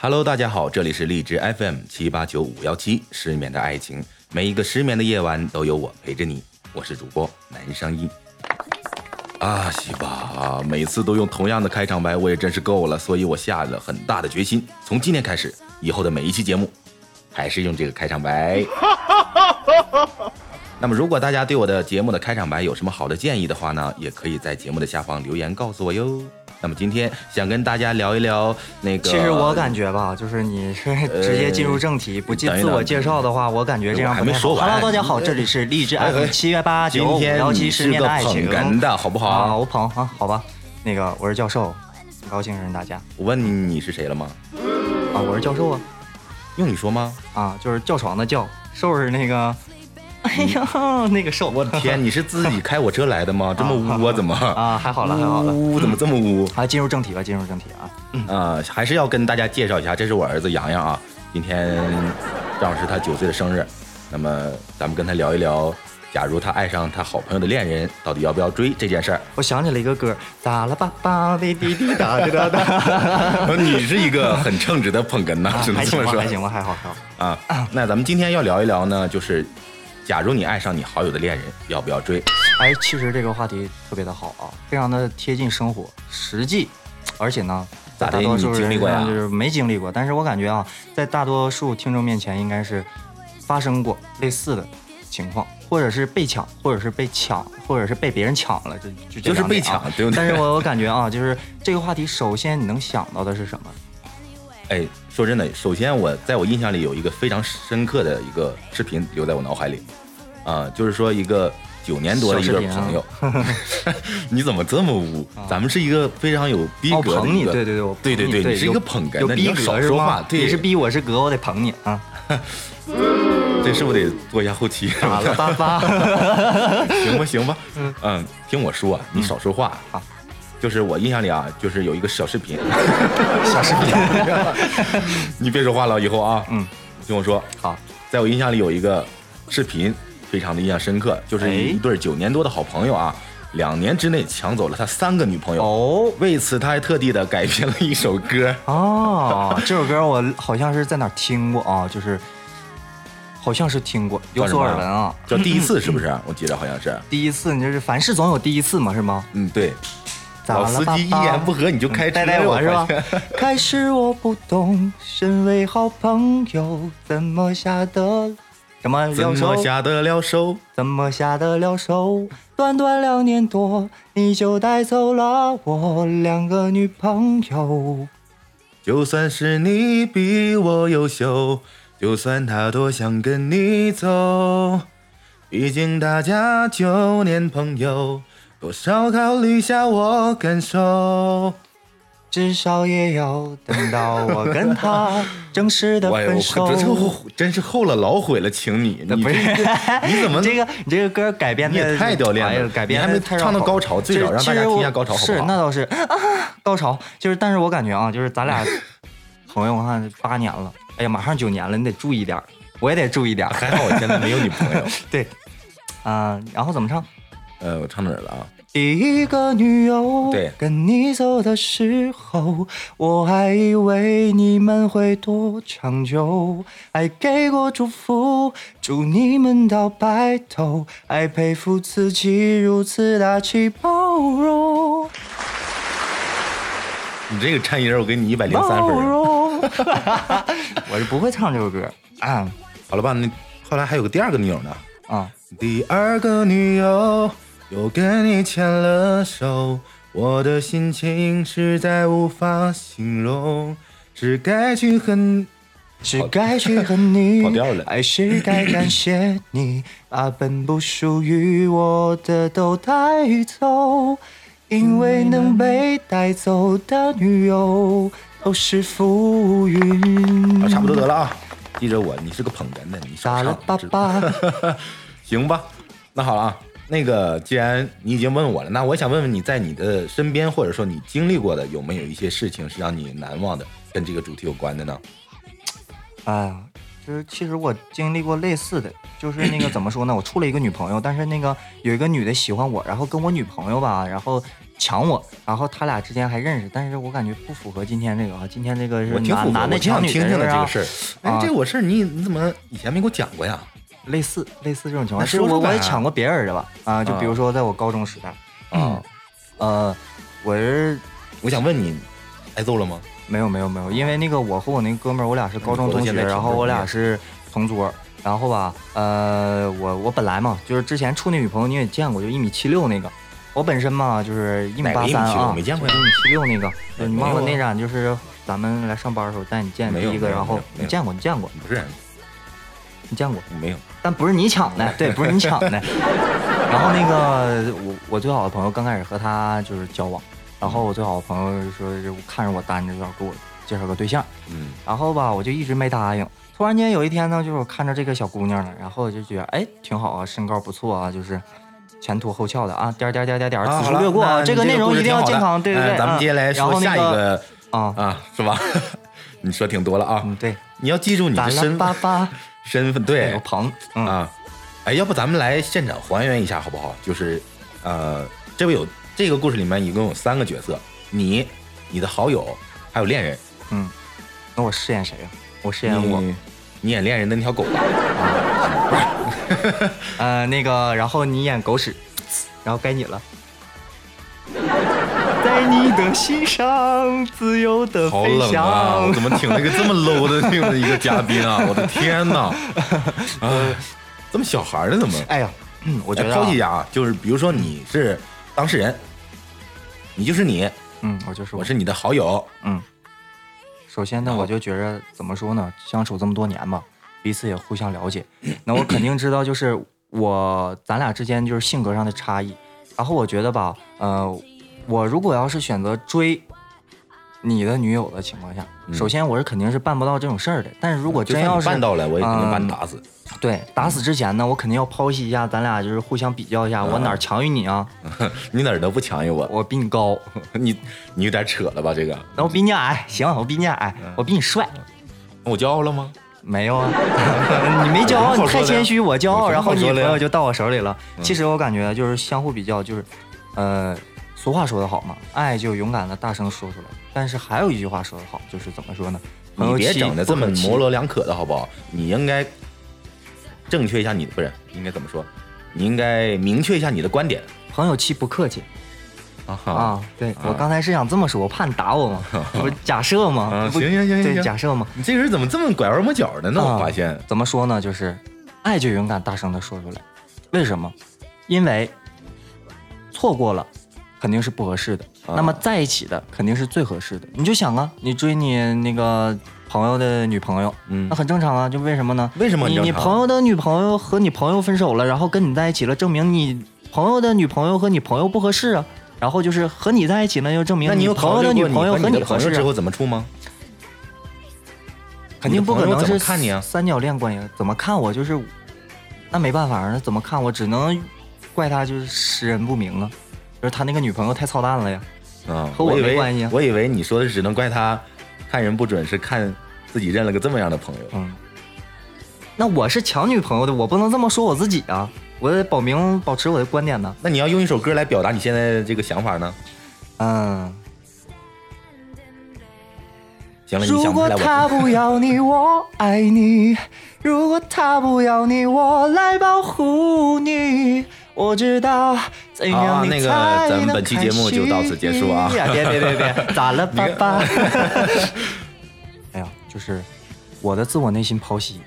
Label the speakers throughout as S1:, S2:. S1: Hello，大家好，这里是荔枝 FM 七八九五幺七，失眠的爱情，每一个失眠的夜晚都有我陪着你，我是主播南商一。啊，西吧，每次都用同样的开场白，我也真是够了，所以我下了很大的决心，从今天开始，以后的每一期节目，还是用这个开场白。 那么，如果大家对我的节目的开场白有什么好的建议的话呢，也可以在节目的下方留言告诉我哟。那么今天想跟大家聊一聊那个，
S2: 其实我感觉吧，就是你是直接进入正题，不进
S1: 呃等一
S2: 自
S1: 等
S2: 我介绍的话，我感觉这样不太
S1: 我还没说
S2: 好。
S1: 完
S2: Hello，大家好，这里是荔枝
S1: 哎
S2: FM 七月八
S1: 今
S2: 九五
S1: 天
S2: 幺
S1: 你
S2: 七失
S1: 是
S2: 眠
S1: 个
S2: 的爱
S1: 捧
S2: 情。
S1: 哏的好不好？
S2: 啊，我捧啊，好吧。那个我是教授，很高兴认识大家
S1: 我问你你是谁了吗？
S2: 啊，我是教授啊
S1: 用你说 吗？
S2: 啊，就是叫床的叫，兽是那个，哎呀， 那个兽，我的
S1: 天，你是自己开我车来的吗？这么污啊？怎么？
S2: 啊，还好了，还好了。
S1: 污怎么这么污
S2: 啊，进入正题吧，进入正题啊。
S1: 啊？还是要跟大家介绍一下，这是我儿子洋洋啊，今天正好是他九岁的生日，那么咱们跟他聊一聊，假如他爱上他好朋友的恋人，到底要不要追这件事 儿？
S2: 我想起了一个歌，咋了吧吧滴滴滴答滴答答，
S1: 你是一个很称职的捧哏 呐，
S2: 啊
S1: 只能
S2: 还
S1: 这
S2: 行
S1: 么
S2: 吧，
S1: 说
S2: 还行吧，还好还好。
S1: 啊。那咱们今天要聊一聊呢，就是假如你爱上你好友的恋人，要不要追？
S2: 哎，其实这个话题特别的好啊，非常的贴近生活、实际，而且呢，
S1: 咋
S2: 在
S1: 的
S2: 大多数
S1: 你经历
S2: 人
S1: 过呀
S2: 上就是没经历过，但是我感觉啊，在大多数听众面前应该是发生过类似的情况，或者是被抢，或者是被抢，或者是被别人抢了，就就这
S1: 就是
S2: 两
S1: 被
S2: 点啊
S1: 抢对不对
S2: 但是我我感觉啊，就是这个话题，首先你能想到的是什么？
S1: 哎，说真的，首先我在我印象里有一个非常深刻的一个视频留在我脑海里，啊、就是说一个九年多的一
S2: 小啊
S1: 个
S2: 视频啊
S1: 朋友， 你怎么这么污？咱们是一个非常有逼
S2: 哦，
S1: 格的
S2: 捧
S1: 一
S2: 你，
S1: 个，
S2: 对对对，我捧
S1: 对对
S2: 你
S1: 对，
S2: 对，
S1: 你是一
S2: 有
S1: 个捧哏
S2: 有
S1: 的，你
S2: 逼
S1: 要少
S2: 格是
S1: 说
S2: 吗
S1: 话，？对，
S2: 你是逼我是格，我得捧你啊！
S1: 这是不是得做一下后期？
S2: 打了吧吧。
S1: 行吧，行吧，嗯听我说，啊你少说话、
S2: 好
S1: 就是我印象里啊，就是有一个小视频，
S2: 小视频。
S1: 你别说话了，以后啊，
S2: 嗯，
S1: 听我说，
S2: 好，
S1: 在我印象里有一个视频，非常的印象深刻，就是一
S2: 哎
S1: 对九年多的好朋友啊，两年之内抢走了他三个女朋友，
S2: 哦
S1: 为此他还特地的改编了一首歌，
S2: 哦， 这首歌我好像是在哪儿听过啊，就是好像是听过，有所耳闻啊。
S1: 叫《第一次》，是不是？
S2: 嗯
S1: 我记得好像是，
S2: 第一次，你就是凡事总有第一次嘛，是吗？
S1: 嗯，对，
S2: 咋
S1: 老
S2: 了
S1: 司
S2: 爸
S1: 机一言不
S2: 合
S1: 合你就开车
S2: 带带
S1: 了
S2: 我是吧
S1: 发现？
S2: 开始我不懂，身为好朋友怎么下得什么
S1: 怎
S2: 了手
S1: 么？下得了手？
S2: 怎么下得了手？短短两年多，你就带走了我两个女朋友。
S1: 就算是你比我优秀，就算他多想跟你走，毕竟大家九年朋友，多少考虑下我感受。
S2: 至少也要等到我跟他正 式的
S1: 我
S2: 分
S1: 我
S2: 手。
S1: 这后真是后了老悔了，请你，你
S2: 不是
S1: 这个你怎么
S2: 你 这个你这个歌改编
S1: 你
S2: 的
S1: 也太掉链子
S2: 哎呀
S1: 了
S2: 改编
S1: 你还没
S2: 得太绕
S1: 唱到
S2: 口了
S1: 高潮最
S2: 这
S1: 少让大家
S2: 其实
S1: 听一下
S2: 我
S1: 高潮好不
S2: 是
S1: 好
S2: 那倒是啊，高潮就是，但是我感觉啊，就是咱俩 朋友，我看八年了，哎呀，马上九年了，你得注意点儿，我也得注意点儿。
S1: 还好我现在没有女朋 友。
S2: 对，啊、然后怎么唱？
S1: 呃，我唱到哪儿了啊？
S2: 第一个女友
S1: 对
S2: 跟你走的时候，我还以为你们会多长久，还给过祝福，祝你们到白头，还佩服自己如此大气包容，
S1: 你这个颤音儿，我给你一百零三
S2: 包
S1: 分儿。
S2: 容。 我是不会唱这首歌啊
S1: 好了吧，那后来还有个第二个女友呢。
S2: 啊！
S1: 第二个女友又跟你牵了手，我的心情实在无法形容，是该去恨。
S2: 是该去恨你
S1: 跑调了，
S2: 还是该感谢 你，把本不属于我的都带走？因为能被带走的女友都是浮云。
S1: 啊，差不多得了啊！记着我，你是个捧哏的，你
S2: 打
S1: 少
S2: 了
S1: 唱，
S2: 爸
S1: 知道
S2: 爸，
S1: 行吧？那好了啊，那个既然你已经问我了，那我想问问你在你的身边，或者说你经历过的，有没有一些事情是让你难忘的，跟这个主题有关的呢？
S2: 哎呀，实其实我经历过类似的，就是那个怎么说呢？我处了一个女朋友，但是那个有一个女的喜欢我，然后跟我女朋友吧，然后抢我，然后他俩之间还认识，但是我感觉不符合今天这个啊，今天这个是
S1: 我挺符
S2: 男
S1: 合，
S2: 男的
S1: 我挺
S2: 抢
S1: 想
S2: 女
S1: 听
S2: 的，
S1: 听嗯的
S2: 是不是
S1: 这个事儿。
S2: 啊
S1: 哎，
S2: 啊
S1: 这我事儿你你怎么以前没给我讲过呀？
S2: 类似类似这种情
S1: 那
S2: 况，是
S1: 说
S2: 我
S1: 出来
S2: 我也
S1: 啊
S2: 抢过别人的吧？啊，就
S1: 啊
S2: 比如说在我高中时代，
S1: 啊，
S2: 呃，我是
S1: 我想问你，挨揍了吗？
S2: 没有没有没有，因为那个我和我那哥们儿，我俩是高中同学，
S1: 嗯
S2: 然后我俩是同桌。然后吧，呃，我我本来嘛，就是之前处那女朋友你也见过，就一米七六那个，我本身嘛就是一米
S1: 哪
S2: 八
S1: 个一米
S2: 三
S1: 七六
S2: 啊，
S1: 我没见过
S2: 一
S1: 呀
S2: 米七六那个，就是你忘了
S1: 没有啊
S2: 那站就是咱们来上班的时候带你见
S1: 没有
S2: 第一
S1: 没
S2: 个，
S1: 有
S2: 然
S1: 没
S2: 后
S1: 有没有
S2: 你见过你见过
S1: 不是，
S2: 你见过，
S1: 没有。
S2: 但不是你抢 的，对，不是你抢的。然后那个我我最好的朋友刚开始和他就是交往，然后我最好的朋友就说就看着我单着，要给我介绍个对象，
S1: 嗯，
S2: 然后吧我就一直没答应。突然间有一天呢，就是我看着这个小姑娘了，然后我就觉得哎挺好啊，身高不错啊，就是前凸后翘的啊，点儿点儿点儿点儿点儿，
S1: 啊
S2: 此
S1: 好
S2: 处
S1: 了
S2: 略过
S1: 那
S2: 啊，
S1: 你
S2: 这
S1: 这
S2: 个内容
S1: 故事
S2: 一定
S1: 挺
S2: 要
S1: 好
S2: 健
S1: 的
S2: 康，对对
S1: 哎
S2: 对。
S1: 咱们
S2: 啊
S1: 接下来
S2: 然
S1: 说
S2: 后
S1: 下
S2: 那
S1: 一个
S2: 啊，
S1: 啊，是吧？ 你说挺多了啊
S2: 嗯，对，
S1: 你要记住你
S2: 打
S1: 的
S2: 啦
S1: 身
S2: 巴巴，
S1: 身份，
S2: 哎
S1: 对
S2: 我鹏，嗯，
S1: 啊，哎，要不咱们来现场还原一下好不好？就是，呃，这位有这个故事里面一共有三个角色，你、你的好友还有恋人，
S2: 嗯，那我饰演谁呀？我饰演我。
S1: 你你演恋人的那条狗吧。
S2: 呃，那个，然后你演狗屎，然后该你了。 在你的心上，自由 的
S1: 好
S2: 飞
S1: 冷
S2: 翔。
S1: 啊！我怎么请了一个这么 low 的 这样的一个嘉宾啊？我的天 哪！啊，这么小孩儿呢？怎么？
S2: 哎呀，嗯我
S1: 我
S2: 觉得、
S1: 抛
S2: 啊
S1: 弃一，下啊，就是比如说你是当事人，你就是你，
S2: 嗯，我就是
S1: 我是你的好友，
S2: 嗯。首先呢，
S1: 然后
S2: 我就觉着怎么说呢，相处这么多年吧，彼此也互相 了解，那我肯定知道，就是我咱俩之间就是性格上的差异。然后我觉得吧，呃，我如果要是选择追你的女友的情况下，
S1: 嗯
S2: 首先我是肯定是办不到这种事儿的。但是如果
S1: 就
S2: 真
S1: 算
S2: 要
S1: 你
S2: 是
S1: 办到了，我也肯定把你
S2: 嗯
S1: 打死。
S2: 对，打死之前呢，我肯定要剖析一下，咱俩就是互相比较一下，我哪儿强于你啊？
S1: 你哪儿都不强于我，
S2: 我比你高，
S1: 你你有点扯了吧？这个，
S2: 那我比你矮，行，我比你矮，
S1: 嗯
S2: 我比你帅，
S1: 我骄傲了吗？
S2: 没有啊？ 你没骄傲，你太谦虚，我骄 傲，然后你朋友就到我手里了。
S1: 嗯
S2: 其实我感觉就是相互比较，就是，呃，俗话说得好嘛，爱就勇敢的大声说出来。但是还有一句话说得好，就是怎么说呢？朋
S1: 你
S2: 友
S1: 别
S2: 妻
S1: 整的这
S2: 不
S1: 么
S2: 可欺
S1: 模棱两可的好不好？你应该正确一下你的，不是应该怎么说？你应该明确一下你的观点
S2: 朋友妻不客气
S1: 啊
S2: 啊！对我刚才是想这么说，我怕你打我嘛，不是假设嘛？
S1: 啊！
S2: 不
S1: 行行行
S2: 对，
S1: 行
S2: 假
S1: 行，
S2: 设嘛。
S1: 你这个人怎么这么拐弯抹角的呢？
S2: 啊
S1: 我发现，
S2: 怎么说呢？就是爱就勇敢大声的说出来，为什么？因为错过了肯定是不合适的，
S1: 啊
S2: 那么在一起的肯定是最合适的。你就想啊，你追你那个朋友的女朋友，
S1: 嗯
S2: 那，很正常啊，就为什么呢？
S1: 为什么很
S2: 你
S1: 正
S2: 你
S1: 常
S2: 朋友的女朋友和你朋友分手了，然后跟你在一起了，证明你朋友的女朋友和你朋友不合适啊。然后就是和你在一起呢，又证明
S1: 那你有
S2: 朋
S1: 考
S2: 友
S1: 虑过
S2: 的女
S1: 你
S2: 朋友
S1: 和
S2: 和
S1: 你的
S2: 合
S1: 朋
S2: 适
S1: 友
S2: 啊、
S1: 之后怎么处吗？
S2: 肯定不可
S1: 你的朋友
S2: 能是
S1: 怎么看你啊
S2: 三角恋关系，怎么看我就是，那没办法啊，那怎么看我只能怪他就是识人不明啊，就是他那个女朋友太操蛋了呀。
S1: 啊，
S2: 和我
S1: 以
S2: 没
S1: 为
S2: 关系啊
S1: 我以为你说的只能怪他看人不准，是看自己认了个这么样的朋友。
S2: 嗯，那我是抢女朋友的，我不能这么说我自己啊，我得保明保持我的观点呢。
S1: 那你要用一首歌来表达你现在的这个想法呢？
S2: 嗯，
S1: 行了，你
S2: 如
S1: 想不
S2: 果
S1: 出来我
S2: 他不要你，我爱你；如果他不要你，我来保护你。我知道怎
S1: 好
S2: 样哎你
S1: 那个
S2: 才
S1: 咱们
S2: 能
S1: 本期
S2: 开
S1: 节目就到此结束啊
S2: 心呀别别别 别，咋了，爸爸？哎呀，就是我的自我内心剖析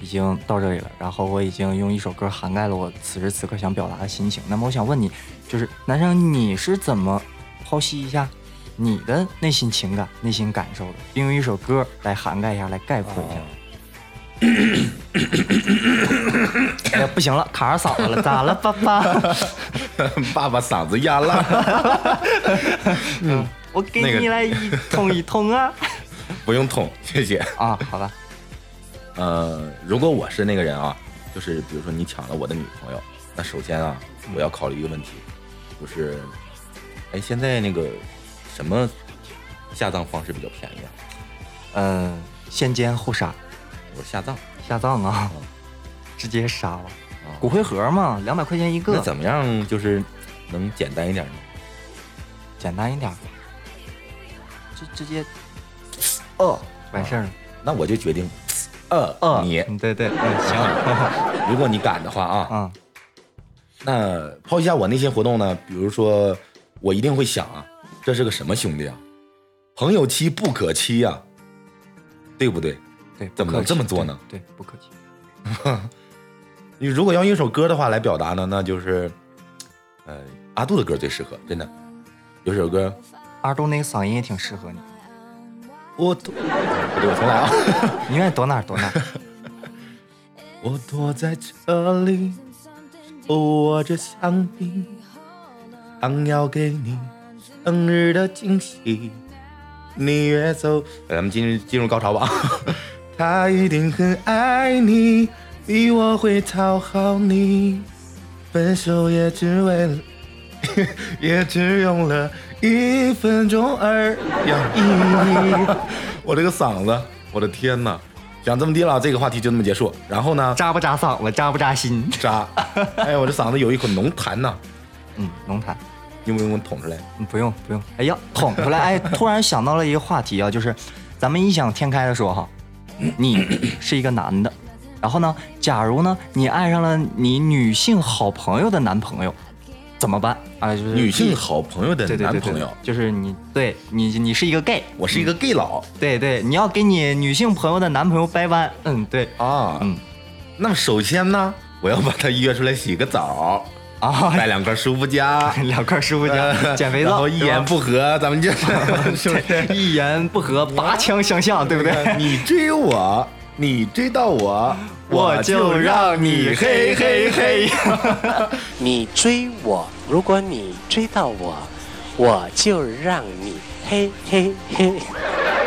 S2: 已经到这里了，然后我已经用一首歌涵盖了我此时此刻想表达的心情。那么我想问你，就是男生你是怎么剖析一下你的内心情感、内心感受的，并用一首歌来涵盖一下，来概括一下。 哎呀，不行了，卡着嗓子了，咋了，爸爸？
S1: 爸爸嗓子哑了，
S2: 嗯
S1: 啊
S2: 我给
S1: 那个
S2: 你来一通一通啊！
S1: 不用捅，谢谢。
S2: 啊，好吧，
S1: 呃，如果我是那个人啊，就是比如说你抢了我的女朋友，那首先啊，我要考虑一个问题，就是，哎，现在那个什么下葬方式比较便宜啊？
S2: 呃嗯、先奸后杀，
S1: 我下葬。
S2: 下葬啊
S1: 嗯，
S2: 直接杀了
S1: 啊。
S2: 骨灰盒嘛，两百块钱一
S1: 那
S2: 个，
S1: 怎么样就是能简单一点呢？
S2: 简单一点儿，直直接，哦，完事儿了。
S1: 那我就决定，呃，
S2: 嗯，
S1: 你
S2: 对对，嗯，行，
S1: 如果你敢的话啊，
S2: 嗯
S1: 那抛下我那些活动呢，比如说我一定会想啊，这是个什么兄弟啊？朋友妻不可欺呀、对不对？
S2: 对，
S1: 怎么
S2: 不
S1: 能
S2: 客气
S1: 这么做呢？
S2: 对，对不客气。
S1: 你如果要用一首歌的话来表达呢，那就是，呃，阿杜的歌最适合，真的。有首歌，
S2: 阿杜那个嗓音也挺适合你，
S1: 我躲，不对，我重来啊。
S2: 你愿意躲哪儿 躲哪儿。
S1: 我躲在这里，手握着香槟，想要给你生日的惊喜。你越走，呃咱们进入进入高潮吧。 他一定很爱你，比我会讨好你。分手也只为了， 也只用了一分钟而洋溢。 我这个嗓子，我的天呐！想这么地了，这个话题就这么结束。然后呢，
S2: 扎不扎嗓子，扎不扎心？
S1: 渣，哎呀，我这嗓子有一口浓痰呐，
S2: 嗯，龙潭。
S1: 你有没有给我捅出来？
S2: 嗯不用不用，哎呀，捅出来！哎，突然想到了一个话题啊，就是咱们异想天开的说哈，你是一个男的，然后呢，假如呢你爱上了你女性好朋友的男朋友，怎么办啊？就是
S1: 女性好朋友的
S2: 对对对
S1: 男
S2: 对
S1: 朋友，
S2: 就是你对你你是一个 gay，
S1: 我是一个 gay 佬
S2: 对对，你要给你女性朋友的男朋友掰弯，嗯对
S1: 啊。
S2: 嗯
S1: 那么首先呢，我要把他约出来洗个澡，
S2: 啊，
S1: 带两块舒肤佳，
S2: 两块师傅
S1: 呃
S2: 家 减肥
S1: 然
S2: 皂，
S1: 后一言
S2: 不
S1: 不 合，咱们就是不是？
S2: 一言不合拔枪相向，对不对？
S1: 你追我，你追到我，
S2: 我就让你嘿嘿嘿。
S3: 你追我，如果你追到我，我就让你嘿嘿嘿。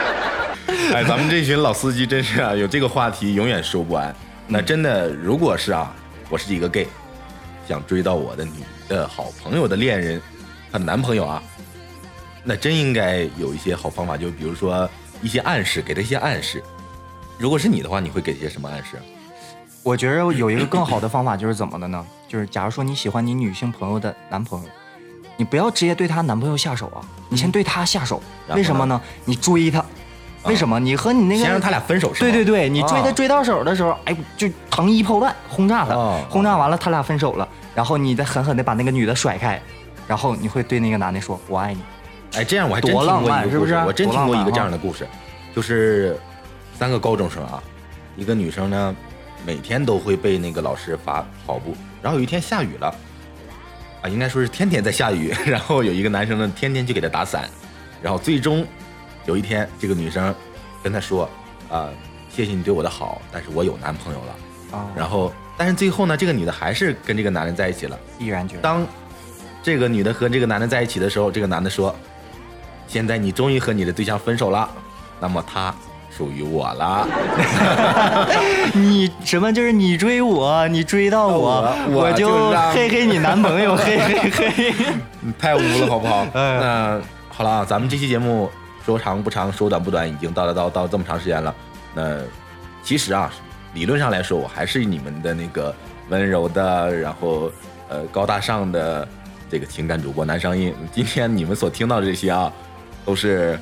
S1: 哎，咱们这群老司机真是啊，有这个话题永远说不完。那真的，如果是啊，我是一个 gay，想追到我的女的好朋友的恋人，她的男朋友啊，那真应该有一些好方法，就比如说一些暗示，给她一些暗示。如果是你的话，你会给些什么暗示？
S2: 我觉得有一个更好的方法就是怎么的呢？就是假如说你喜欢你女性朋友的男朋友，你不要直接对她男朋友下手啊，你先对她下手。
S1: 嗯然后呢嗯
S2: 为什么呢？你追她，为什么？你和你那个
S1: 先让他俩分手是吗？
S2: 对对对，你追
S1: 啊
S2: 她追到手的时候，哎，就糖衣炮弹轰炸她
S1: 哦，
S2: 轰炸完了他俩分手了，然后你再狠狠的把那个女的甩开，然后你会对那个男的说“我爱你
S1: 哎，这样我还真听
S2: 多
S1: 过
S2: 浪
S1: 一个故
S2: 漫
S1: 事，
S2: 是不是
S1: 我真
S2: 多
S1: 听过
S2: 浪
S1: 一
S2: 漫
S1: 个这
S2: 啊
S1: 样的故事，就是三个高中生啊，一个女生呢，每天都会被那个老师罚跑步，然后有一天下雨了，啊，应该说是天天在下雨， 然后有一个男生呢，天天去给她打伞，然后最终有一天，这个女生跟他说，啊、谢谢你对我的好，但是我有男朋友了，”，
S2: 啊，
S1: 然后但是最后呢，这个女的还是跟这个男人在一起了。
S2: 毅然决然。
S1: 当这个女的和这个男的在一起的时候，这个男的说：“现在你终于和你的对象分手了，那么他属于我了。
S2: 你什么就是你追我，你追到我，
S1: 我我就
S2: 就
S1: 让
S2: 嘿嘿你男朋友，嘿嘿嘿。
S1: 你 太污了，好不 好？
S2: 哎
S1: 那好了啊，咱们这期节目说长不长，说短不短，已经到了到到这么长时间了。那其实啊，理论上来说，我还是你们的那个温柔的，然后呃高大上的这个情感主播南商印。今天你们所听到的这些啊，都是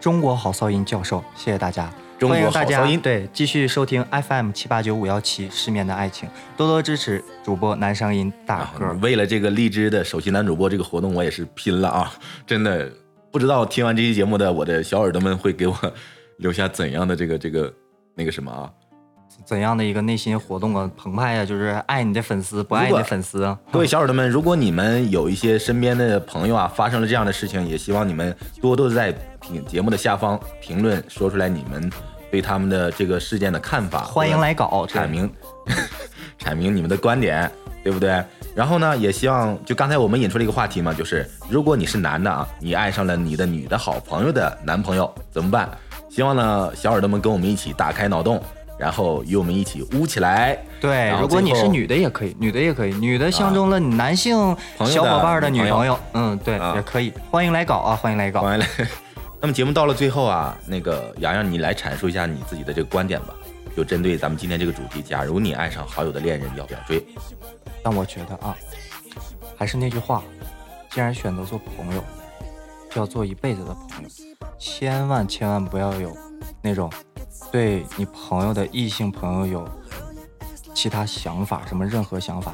S2: 中国好噪音教授，谢谢大家。
S1: 中国
S2: 欢迎大
S1: 好
S2: 家
S1: 噪音
S2: 对继续收听 FM 七八九五幺七《失眠的爱情》，多多支持主播男声音大
S1: 啊
S2: 哥，
S1: 为了这个荔枝的首席男主播这个活动，我也是拼了啊！真的不知道听完这期节目的我的小耳朵们会给我留下怎样的这个这个那个什么啊？
S2: 怎样的一个内心活动啊？澎湃呀、就是爱你的粉丝，不爱你的粉丝啊。
S1: 各位小耳朵们，如果你们有一些身边的朋友啊发生了这样的事情，也希望你们多多地在评节目的下方评论说出来你们对他们的这个事件的看法，
S2: 欢迎来搞，
S1: 阐明 阐明你们的观点，对不对？然后呢，也希望就刚才我们引出了一个话题嘛，就是如果你是男的啊，你爱上了你的女的好朋友的男朋友怎么办？希望呢，小耳朵们跟我们一起打开脑洞，然后与我们一起污起来。
S2: 对
S1: 然，后
S2: 如果你
S1: 最
S2: 是
S1: 后啊
S2: 女的也可以，女的也可以，女的相中了你男性小伙伴的女
S1: 朋
S2: 朋友，嗯，对，
S1: 啊
S2: 也可以，欢迎来搞啊，欢迎来搞。
S1: 完了，那么节目到了最后啊，那个洋洋，你来阐述一下你自己的这个观点吧。就针对咱们今天这个主题，假如你爱上好友的恋人，要不要追？
S2: 但我觉得啊，还是那句话，既然选择做朋友，就要做一辈子的朋友，千万千万不要有那种对你朋友的异性朋友有其他想法，什么任何想法，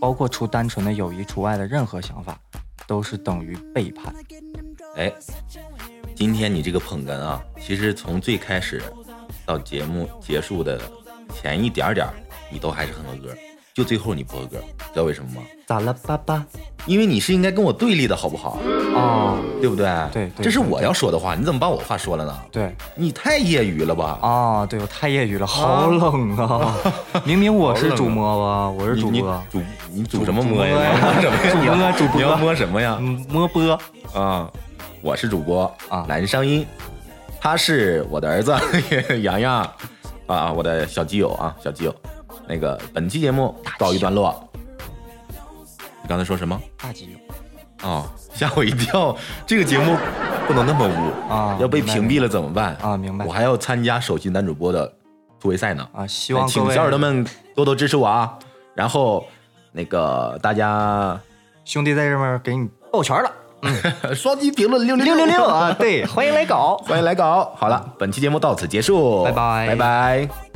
S2: 包括除单纯的友谊除外的任何想法，都是等于背叛。
S1: 哎，今天你这个捧哏啊，其实从最开始到节目结束的前一点儿点儿，你都还是很合格，就最后你不合格，知道为什么吗？
S2: 咋了，爸爸？
S1: 因为你是应该跟我对立的好不好？
S2: 哦，
S1: 对不对？
S2: 对对
S1: 这是我要说的话，你怎么把我话说了呢？
S2: 对。
S1: 你太业余了吧？
S2: 啊，对我太业余了，好 冷啊！明明我是主播吧，我是
S1: 啊你
S2: 主
S1: 你
S2: 播，
S1: 主你主什么摸
S2: 主播
S1: 呀？
S2: 呀
S1: 你要摸什么呀？
S2: 主播啊主播
S1: 你要摸什么呀？
S2: 嗯，摸播。
S1: 啊，我是主播
S2: 啊
S1: 蓝商音，他是我的儿子 洋洋啊，我的小基友啊，小基友。那个本期节目告一段落。你刚才说什么？
S2: 大基友
S1: 哦， 吓我一跳！这个节目不能那么污
S2: 啊
S1: 要被
S2: 明白
S1: 屏蔽了怎么办
S2: 啊明白
S1: 我还要参加首席男主播的突围赛呢。哎
S2: 啊，希望各
S1: 请
S2: 位
S1: 小耳朵们多多支持我啊！然后那个大家
S2: 兄弟在这边给你抱拳 了，
S1: 双击评论六六
S2: 嗯六六啊 六啊！对，欢迎来搞。
S1: 欢迎来搞。好了，本期节目到此结束，
S2: 拜拜
S1: 拜拜。